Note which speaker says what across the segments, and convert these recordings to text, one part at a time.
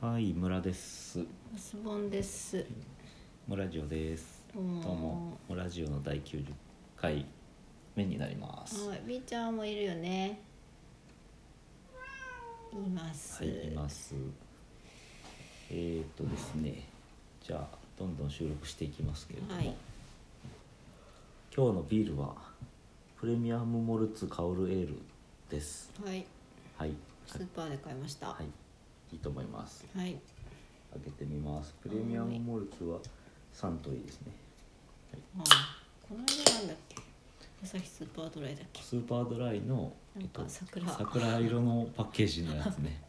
Speaker 1: はい村です
Speaker 2: マスボンです。
Speaker 1: 村ジオです
Speaker 2: どうも
Speaker 1: どうも村ジオの第90回目になります
Speaker 2: はい、みーちゃんもいるよね。います。
Speaker 1: はいいますえー、っとですねじゃあどんどん収録していきますけれども、
Speaker 2: はい
Speaker 1: 今日のビールはプレミアムモルツ香るエールです
Speaker 2: はい
Speaker 1: はい
Speaker 2: スーパーで買いました。は。
Speaker 1: はいいいいと思います開けてみますプレミアムモルツはサントリーですね
Speaker 2: ああこの間なんだっけ。朝日スーパードライだっけ。
Speaker 1: スーパードライの
Speaker 2: なんか桜
Speaker 1: 桜色のパッケージのやつ ね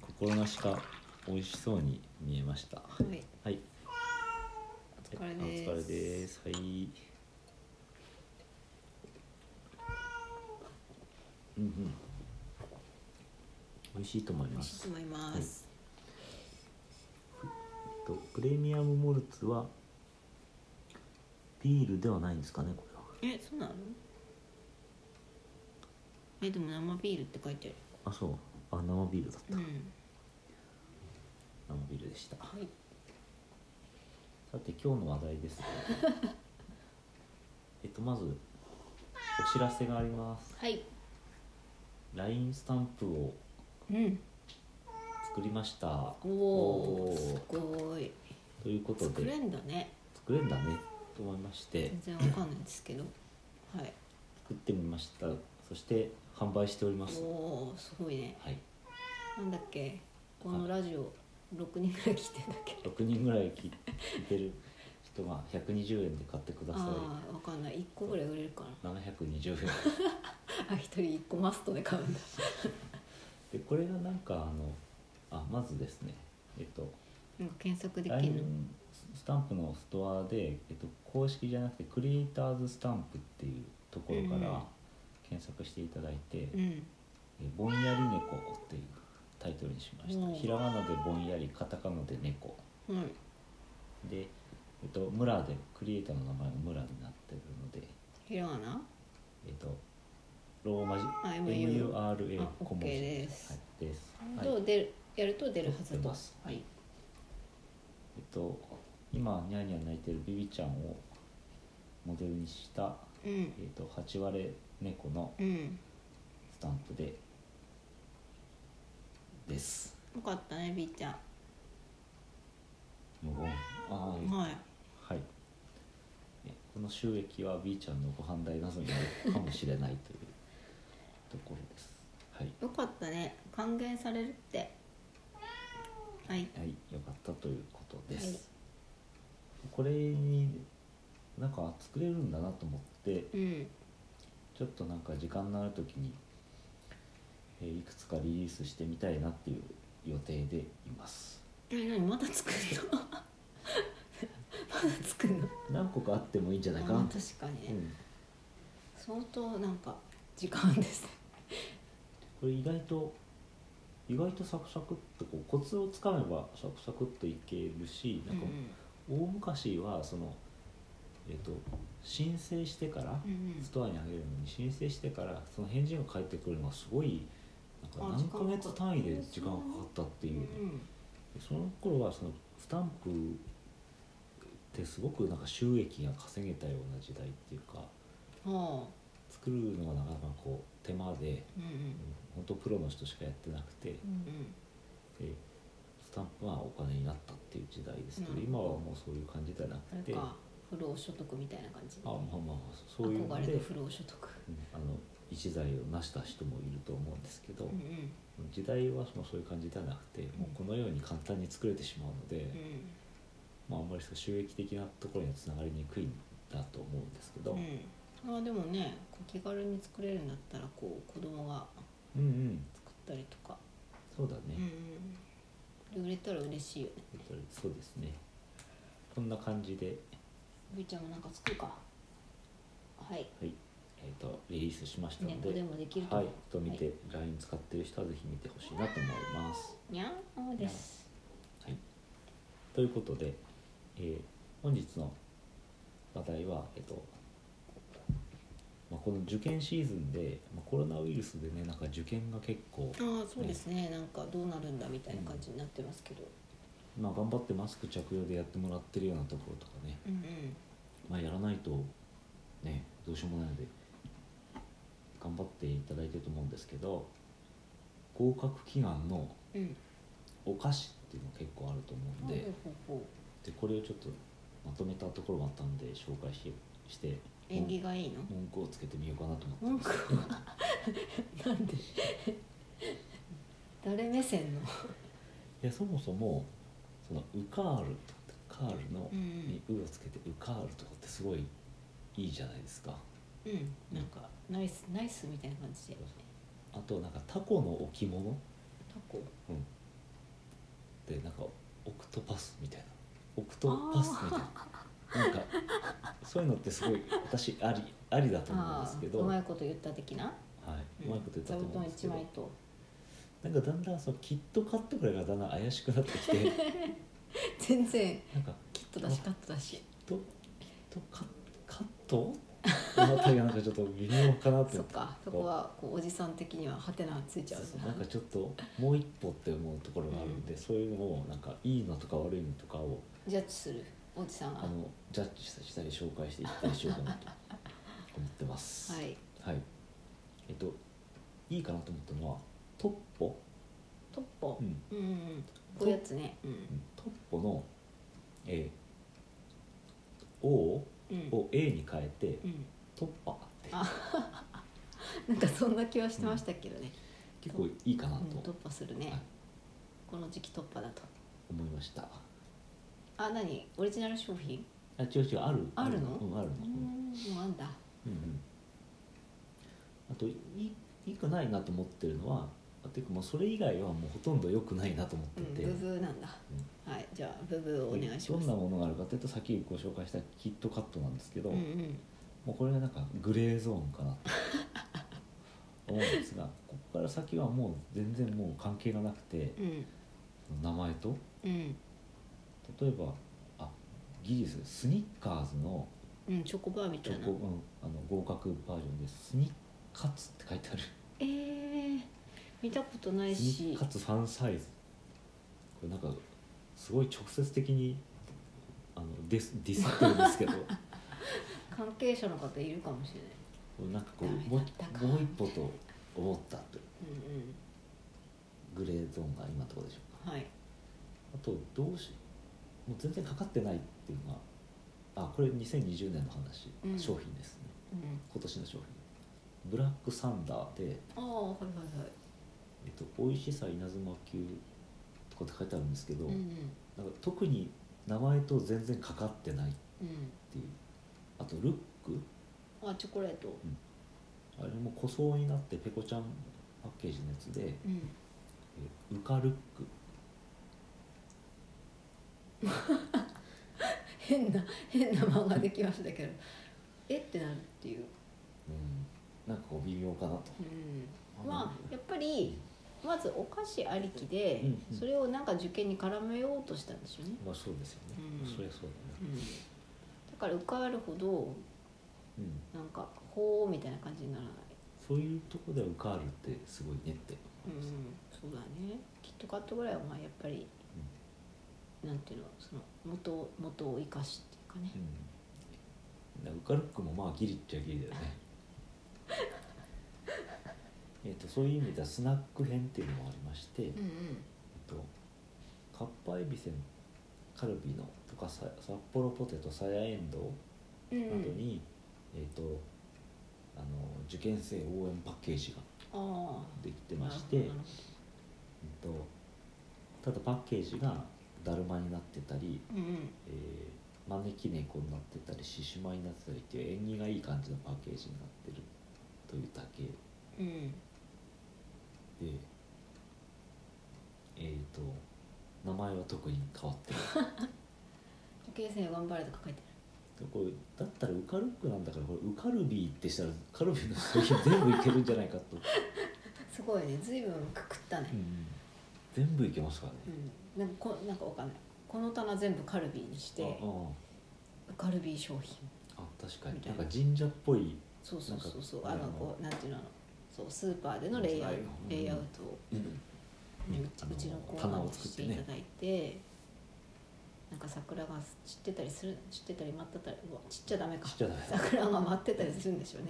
Speaker 1: 心なしか美味しそうに見えましたはい
Speaker 2: はい。
Speaker 1: はい
Speaker 2: お疲れです
Speaker 1: お疲れですはいうんうん美味しいと思い
Speaker 2: 美
Speaker 1: ま
Speaker 2: 味しい
Speaker 1: す
Speaker 2: と思います。
Speaker 1: とプレミアムモルツはビールではないんですかねこれは
Speaker 2: え、そうなの？え、でも生ビールって書いて
Speaker 1: あそうあ生ビールだっ
Speaker 2: あ
Speaker 1: た、
Speaker 2: る。うん。
Speaker 1: 生ビールでした
Speaker 2: はい。
Speaker 1: さて今日の話題 ですけどえっとまずお知らせがあります
Speaker 2: はい。
Speaker 1: LINE スタンプを
Speaker 2: うん。
Speaker 1: 作りました
Speaker 2: お
Speaker 1: お
Speaker 2: お
Speaker 1: ー
Speaker 2: ー。すごい。
Speaker 1: ということ
Speaker 2: 作
Speaker 1: で
Speaker 2: れんだね。
Speaker 1: 作れんだねと思いまして
Speaker 2: 全然わかんないですけど。はい。
Speaker 1: 作ってみましたそして販売しております
Speaker 2: おお、すごいね。
Speaker 1: はい
Speaker 2: なんだっけこのラジオ6人ぐらい聞いてんだっけ
Speaker 1: 6人ぐらい聞い聞いてる人が120円で買ってくださ
Speaker 2: ああ分かんない1個ぐらい売 れるかない
Speaker 1: 720円
Speaker 2: あ一人1個マストで買うんだ
Speaker 1: でこれがなんかあのあまずですねえっと
Speaker 2: なんか検索できるの
Speaker 1: LINE スタンプのストアで、えっと、公式じゃなくてクリエイターズスタンプっていうところか
Speaker 2: うん
Speaker 1: ら検索していただいて「
Speaker 2: うん
Speaker 1: えぼんやり猫」っていうタイトルにしました、
Speaker 2: うん
Speaker 1: ひらがなでぼんやりカタカナで猫
Speaker 2: うん
Speaker 1: で、えっと、村でクリエイターの名前が村になってるので、
Speaker 2: ひらがな
Speaker 1: えっと、ローマ字
Speaker 2: あ MU
Speaker 1: MURA
Speaker 2: あ OK です
Speaker 1: はい、ですはい
Speaker 2: どう出るやると出るはず
Speaker 1: 出
Speaker 2: と
Speaker 1: ますはいえっと今ニャーニャー泣いてるビビちゃんをモデルにした、
Speaker 2: うん
Speaker 1: えっと、8割れ猫の
Speaker 2: うん
Speaker 1: スタンプでです
Speaker 2: よかったね B ちゃん
Speaker 1: 無言あー
Speaker 2: はい
Speaker 1: はいえこの収益は B ちゃんのご飯代などになるかもしれないというところですはい
Speaker 2: よかったね還元されるってはい
Speaker 1: はい、よかったということです。
Speaker 2: はい
Speaker 1: これになんか作れるんだなと思って、
Speaker 2: うん
Speaker 1: ちょっとなんか時間のある時に、えーいくつかリリースしてみたいなっていう予定でいます。
Speaker 2: え何まだ作るの まだ作るの
Speaker 1: 何個かあってもいいんじゃないか
Speaker 2: あ
Speaker 1: な
Speaker 2: ー。確かに
Speaker 1: う
Speaker 2: ね
Speaker 1: ん、
Speaker 2: 相当なんか時間ですね
Speaker 1: これ意外と意外とサクサクっとこうコツをつかめばサクサクっといけるし、なんか大昔はそのえっ、と申請してから。
Speaker 2: うんうん
Speaker 1: ストアにあげるのに申請してからその返事が返ってくるのがすごいなん
Speaker 2: あ
Speaker 1: か何ヶ月単位で時間がかかったっていうねその頃はそのスタンプってすごくなんか収益が稼げたような時代っていうか
Speaker 2: うんは
Speaker 1: 作るのがなかなかこう手間で
Speaker 2: あうんうん
Speaker 1: 本当プロの人しかやってなくてで
Speaker 2: うん
Speaker 1: スタンプはお金になったっていう時代ですけど
Speaker 2: うん
Speaker 1: 今はもうそういう感じではな
Speaker 2: あ
Speaker 1: く
Speaker 2: れ
Speaker 1: てあ
Speaker 2: か不労所得みたいな感じ
Speaker 1: まあまあまあそういうの
Speaker 2: 憧れ
Speaker 1: で
Speaker 2: の不労所得
Speaker 1: うんあの一材を成した人もいると思うんですけど。
Speaker 2: うんうん
Speaker 1: 時代はもうそういう感じではなくて、もうこのように簡単に作れてしまうので、
Speaker 2: う
Speaker 1: まあ、あんまりそう収益的なところにはつながりにくいんだと思うんですけど、
Speaker 2: んうんあでもねこう気軽に作れるんだったらこう子供が
Speaker 1: うんうん
Speaker 2: 作ったりとか
Speaker 1: そうだ
Speaker 2: うんう
Speaker 1: ね、
Speaker 2: んこれ売れたら嬉しいよね
Speaker 1: えっとそうですねこんな感じで、
Speaker 2: おじいちゃんもなんか作るかはい
Speaker 1: はいえっとリリースしましたので
Speaker 2: 猫でもできると
Speaker 1: はい
Speaker 2: 思う、
Speaker 1: と見て、LINE 使ってる人はぜひ見てほしいなと思います。
Speaker 2: にゃんおーです
Speaker 1: はい、ということで、えー本日の話題は、えっと、まあ、この受験シーズンで、まあ、コロナウイルスでねなんか受験が結構、
Speaker 2: ああそうですねなんかどうなるんだみたいな感じになってますけど
Speaker 1: まあ、頑張ってマスク着用でやってもらってるようなところとかね、
Speaker 2: うんうん
Speaker 1: まあ、やらないとねどうしようもないので頑張っていただいてると思うんですけど合格祈願の
Speaker 2: うん
Speaker 1: お菓子っていうの結構あると思うんで,、
Speaker 2: ほうほうほ
Speaker 1: でこれをちょっとまとめたところもあったんで紹介しして
Speaker 2: う縁起がいいの
Speaker 1: 文句をつけてみようかなと思って
Speaker 2: 文句はなんで誰目線の
Speaker 1: いやそもそもそのウカールとカールの「
Speaker 2: う
Speaker 1: に
Speaker 2: ん、
Speaker 1: う」をつけてウカールとかってすごいいいじゃないですか
Speaker 2: うん、なんかナイスナイスみたいな感じで
Speaker 1: あとなんかタコの置物
Speaker 2: タコ
Speaker 1: でなんかオクトパスみたいなオクトパスみたいななんかそういうのってすごい私ありありだと思うん
Speaker 2: あ
Speaker 1: ですけ
Speaker 2: あ
Speaker 1: ど
Speaker 2: う
Speaker 1: は
Speaker 2: ま
Speaker 1: い
Speaker 2: いこと言った的な
Speaker 1: うまいこと言ったと思うんですけ
Speaker 2: 座布
Speaker 1: ど
Speaker 2: 団一枚と
Speaker 1: なんかだんだんそのキットカットぐらいがだんだん怪しくなってき て
Speaker 2: 全然
Speaker 1: なんか
Speaker 2: キットだしカットだし
Speaker 1: ととカカットこの辺りがなんかちょっと微妙かなって
Speaker 2: そっかそこはこうおじさん的にはハテナがついちゃう
Speaker 1: そうそうなんかちょっともう一歩って思うところがあるんで、そういうのをなんかいいのとか悪いのとかを
Speaker 2: ジャッジするおじさんが
Speaker 1: あのジャッジしたり紹介していったりしようかな と思ってます。
Speaker 2: はい
Speaker 1: はい、えっといいかなと思ったのはトッポ、
Speaker 2: トッポ
Speaker 1: うん、
Speaker 2: うんうんうんこういうやつねうん
Speaker 1: トッポの、えー、O
Speaker 2: うん
Speaker 1: を A に変えて
Speaker 2: うん
Speaker 1: トッパって
Speaker 2: あなんかそんな気はしてましたけどね
Speaker 1: 結構いいかな
Speaker 2: うん突
Speaker 1: と
Speaker 2: 破する
Speaker 1: はい
Speaker 2: ねこの時期突破だと
Speaker 1: 思いました。
Speaker 2: あ何オリジナル商品
Speaker 1: あ違う違うある
Speaker 2: あるの
Speaker 1: うんあるの。
Speaker 2: う
Speaker 1: うんん
Speaker 2: もうあんだ
Speaker 1: うんうん、あといいいくないなと思ってるのはあていうかもうそれ以外はもうほとんど良くないなと思
Speaker 2: う
Speaker 1: っ
Speaker 2: ん
Speaker 1: て
Speaker 2: ブ
Speaker 1: て、
Speaker 2: ブーなんだはいじゃあブブーをお願いします
Speaker 1: どんなものがあるかというとさっきご紹介したキットカットなんですけど、
Speaker 2: うんう
Speaker 1: も
Speaker 2: ん
Speaker 1: うこれはなんかグレーゾーンかなと思うんですがここから先はもう全然もう関係がなくて
Speaker 2: うん
Speaker 1: 名前と
Speaker 2: うん
Speaker 1: 例えばあギリススニッカーズの
Speaker 2: うんチョコバーみ
Speaker 1: ち
Speaker 2: た
Speaker 1: ょ
Speaker 2: いな
Speaker 1: こ、うん、あの合格バージョンでスニッカツって書いてある。
Speaker 2: えー、見たことないし
Speaker 1: かつファンサイズこれなんかすごい直接的にあのディスディスってるんです けどこ
Speaker 2: 関係者の方いるかもしれない
Speaker 1: れなんかこ
Speaker 2: ダメ
Speaker 1: うも
Speaker 2: だ
Speaker 1: う
Speaker 2: ったか
Speaker 1: もう一歩と思ったという
Speaker 2: うんうん
Speaker 1: グレーゾーンが今のところでしょうか
Speaker 2: はい
Speaker 1: あとどうしもう全然かかってないっていうのがあこれ2020年の話、
Speaker 2: うん
Speaker 1: 商品ですね
Speaker 2: うん
Speaker 1: 今年の商品ブラックサンダーで、
Speaker 2: ああはいはいはい
Speaker 1: えっと、美味しさ稲妻級とかって書いてあるんですけど、
Speaker 2: うん
Speaker 1: なんか特に名前と全然かかってない
Speaker 2: うんうん
Speaker 1: っていうあとルック
Speaker 2: あチョコレート
Speaker 1: あれも個装になってペコちゃんパッケージのやつで
Speaker 2: うん
Speaker 1: 「えウカルック
Speaker 2: 変な変な漫画できましたけどえってなるっていう、」
Speaker 1: なんかこう微妙かなと
Speaker 2: うん、まあやっぱりまずお菓子ありきで
Speaker 1: うんうん
Speaker 2: それをなんか受験に絡めようとしたんでしょうね、
Speaker 1: まあそうですよね、
Speaker 2: うん
Speaker 1: そりゃそうだね
Speaker 2: うん、だから受かるほど
Speaker 1: うん
Speaker 2: なんかほうみたいな感じにならない
Speaker 1: そういうとこではウカールってすごいねって
Speaker 2: うんうん、そうだねキットカットぐらいはまあやっぱり、なんていうのその元を元を生かしっていうかね
Speaker 1: う、ん、なんかウカルックもまあギリっちゃギリだよね えっとそういう意味ではスナック編っていうのもありまして、
Speaker 2: うん
Speaker 1: えっと、かっぱえびせんカルビのとかさ札幌ポテトさやえんどう
Speaker 2: うん
Speaker 1: などに、えっとあの受験生応援パッケージが
Speaker 2: あ
Speaker 1: できて
Speaker 2: あ
Speaker 1: まして、えっと、ただパッケージがだるまになってたり、
Speaker 2: うんうん
Speaker 1: えー招き猫になってたり獅子舞になってたりっていう縁起がいい感じのパッケージになってるというだけ
Speaker 2: うん
Speaker 1: でえっ、と名前は特に変わってない
Speaker 2: 受験生頑張れとか書いて
Speaker 1: これだったらウカルックなんだからこれウカルビーってしたらカルビーの商品全部いけるんじゃないかと、
Speaker 2: あるすごいね随分くくったね、
Speaker 1: 全部いけますからね、
Speaker 2: うん、なんかこなんかわかんないこの棚全部カルビーにして
Speaker 1: あ
Speaker 2: カルビー商品
Speaker 1: ああ確かに
Speaker 2: みた
Speaker 1: ないん
Speaker 2: な
Speaker 1: か神社っぽい
Speaker 2: そうそうそうそう
Speaker 1: な
Speaker 2: あ
Speaker 1: んか
Speaker 2: のこうなんていうのそうスーパーでのレイアウト
Speaker 1: うん
Speaker 2: レイアウトを、ねうち
Speaker 1: あの
Speaker 2: うちの子
Speaker 1: 棚
Speaker 2: を
Speaker 1: を作
Speaker 2: し
Speaker 1: ってて
Speaker 2: い
Speaker 1: ね
Speaker 2: ただいてなんか桜が散ってたりする散ってたり待ってたりうわ散っちゃダメか
Speaker 1: 散っちゃダメだ
Speaker 2: 桜が待ってたりするんでしょうね、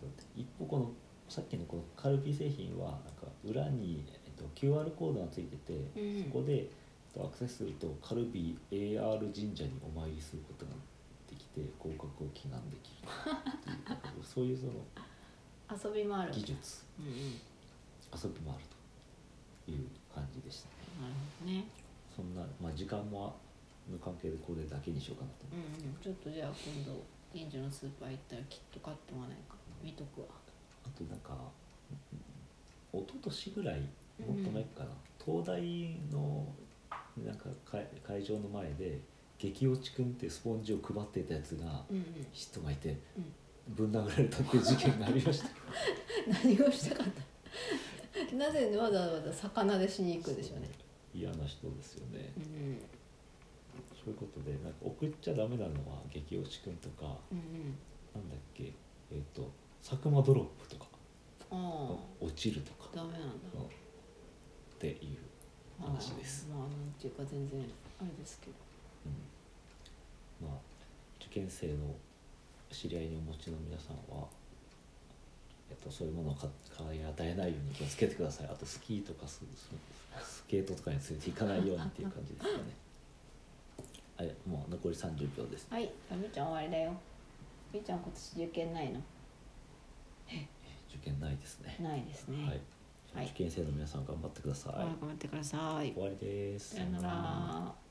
Speaker 1: そう一個このさっきのこのカルピー製品はなんか裏に、えっと、QR コードがついてて、
Speaker 2: うん
Speaker 1: そこでえっとアクセスするとカルビー AR 神社にお参りすることができて合格を祈願できるっていうなんかそう いうその
Speaker 2: 遊び回る
Speaker 1: 技術
Speaker 2: うんうん
Speaker 1: 遊びもあるという感じでしたね
Speaker 2: なるほどね
Speaker 1: そんな、まあ、時間もの関係でこれだけにしようかなと
Speaker 2: う
Speaker 1: 思
Speaker 2: んうんちょっとじゃあ今度現地のスーパー行ったらきっと買ってもらえないか見とくわ
Speaker 1: ってあとなんかうん一昨年ぐらいもっと前かな、東大のなんか会会場の前で激落ちくんってスポンジを配ってたやつが
Speaker 2: うんうん
Speaker 1: 人がいて
Speaker 2: うん
Speaker 1: ぶん殴られたっていう事件がありました
Speaker 2: 何をしたかったなぜわざわざ魚でしに行くんでしょうね
Speaker 1: 嫌な人ですよね、
Speaker 2: うんうん
Speaker 1: そういうことでなんか送っちゃダメなのは激落ちくんとか
Speaker 2: うん
Speaker 1: なんだっけえっ、と佐久間ドロップとか
Speaker 2: うんあ
Speaker 1: 落ちるとか
Speaker 2: あダメなんだ
Speaker 1: うんっていう話です、
Speaker 2: まあまあなんていうか全然あれですけど
Speaker 1: うんまあ受験生の知り合いにお持ちの皆さんは、えっと、そういうものを買買い与えないように気をつけてくださいあとスキーとかスススケートとかについていかないようにっていう感じですかね はいもう残り30秒です
Speaker 2: はいあみーちゃん終わりだよみーちゃん今年受験ないの
Speaker 1: 受験ないですね
Speaker 2: ないですね
Speaker 1: はい、
Speaker 2: はい
Speaker 1: 受験生の皆さん頑張ってください、
Speaker 2: はい頑張ってください
Speaker 1: 終わりです
Speaker 2: さよなら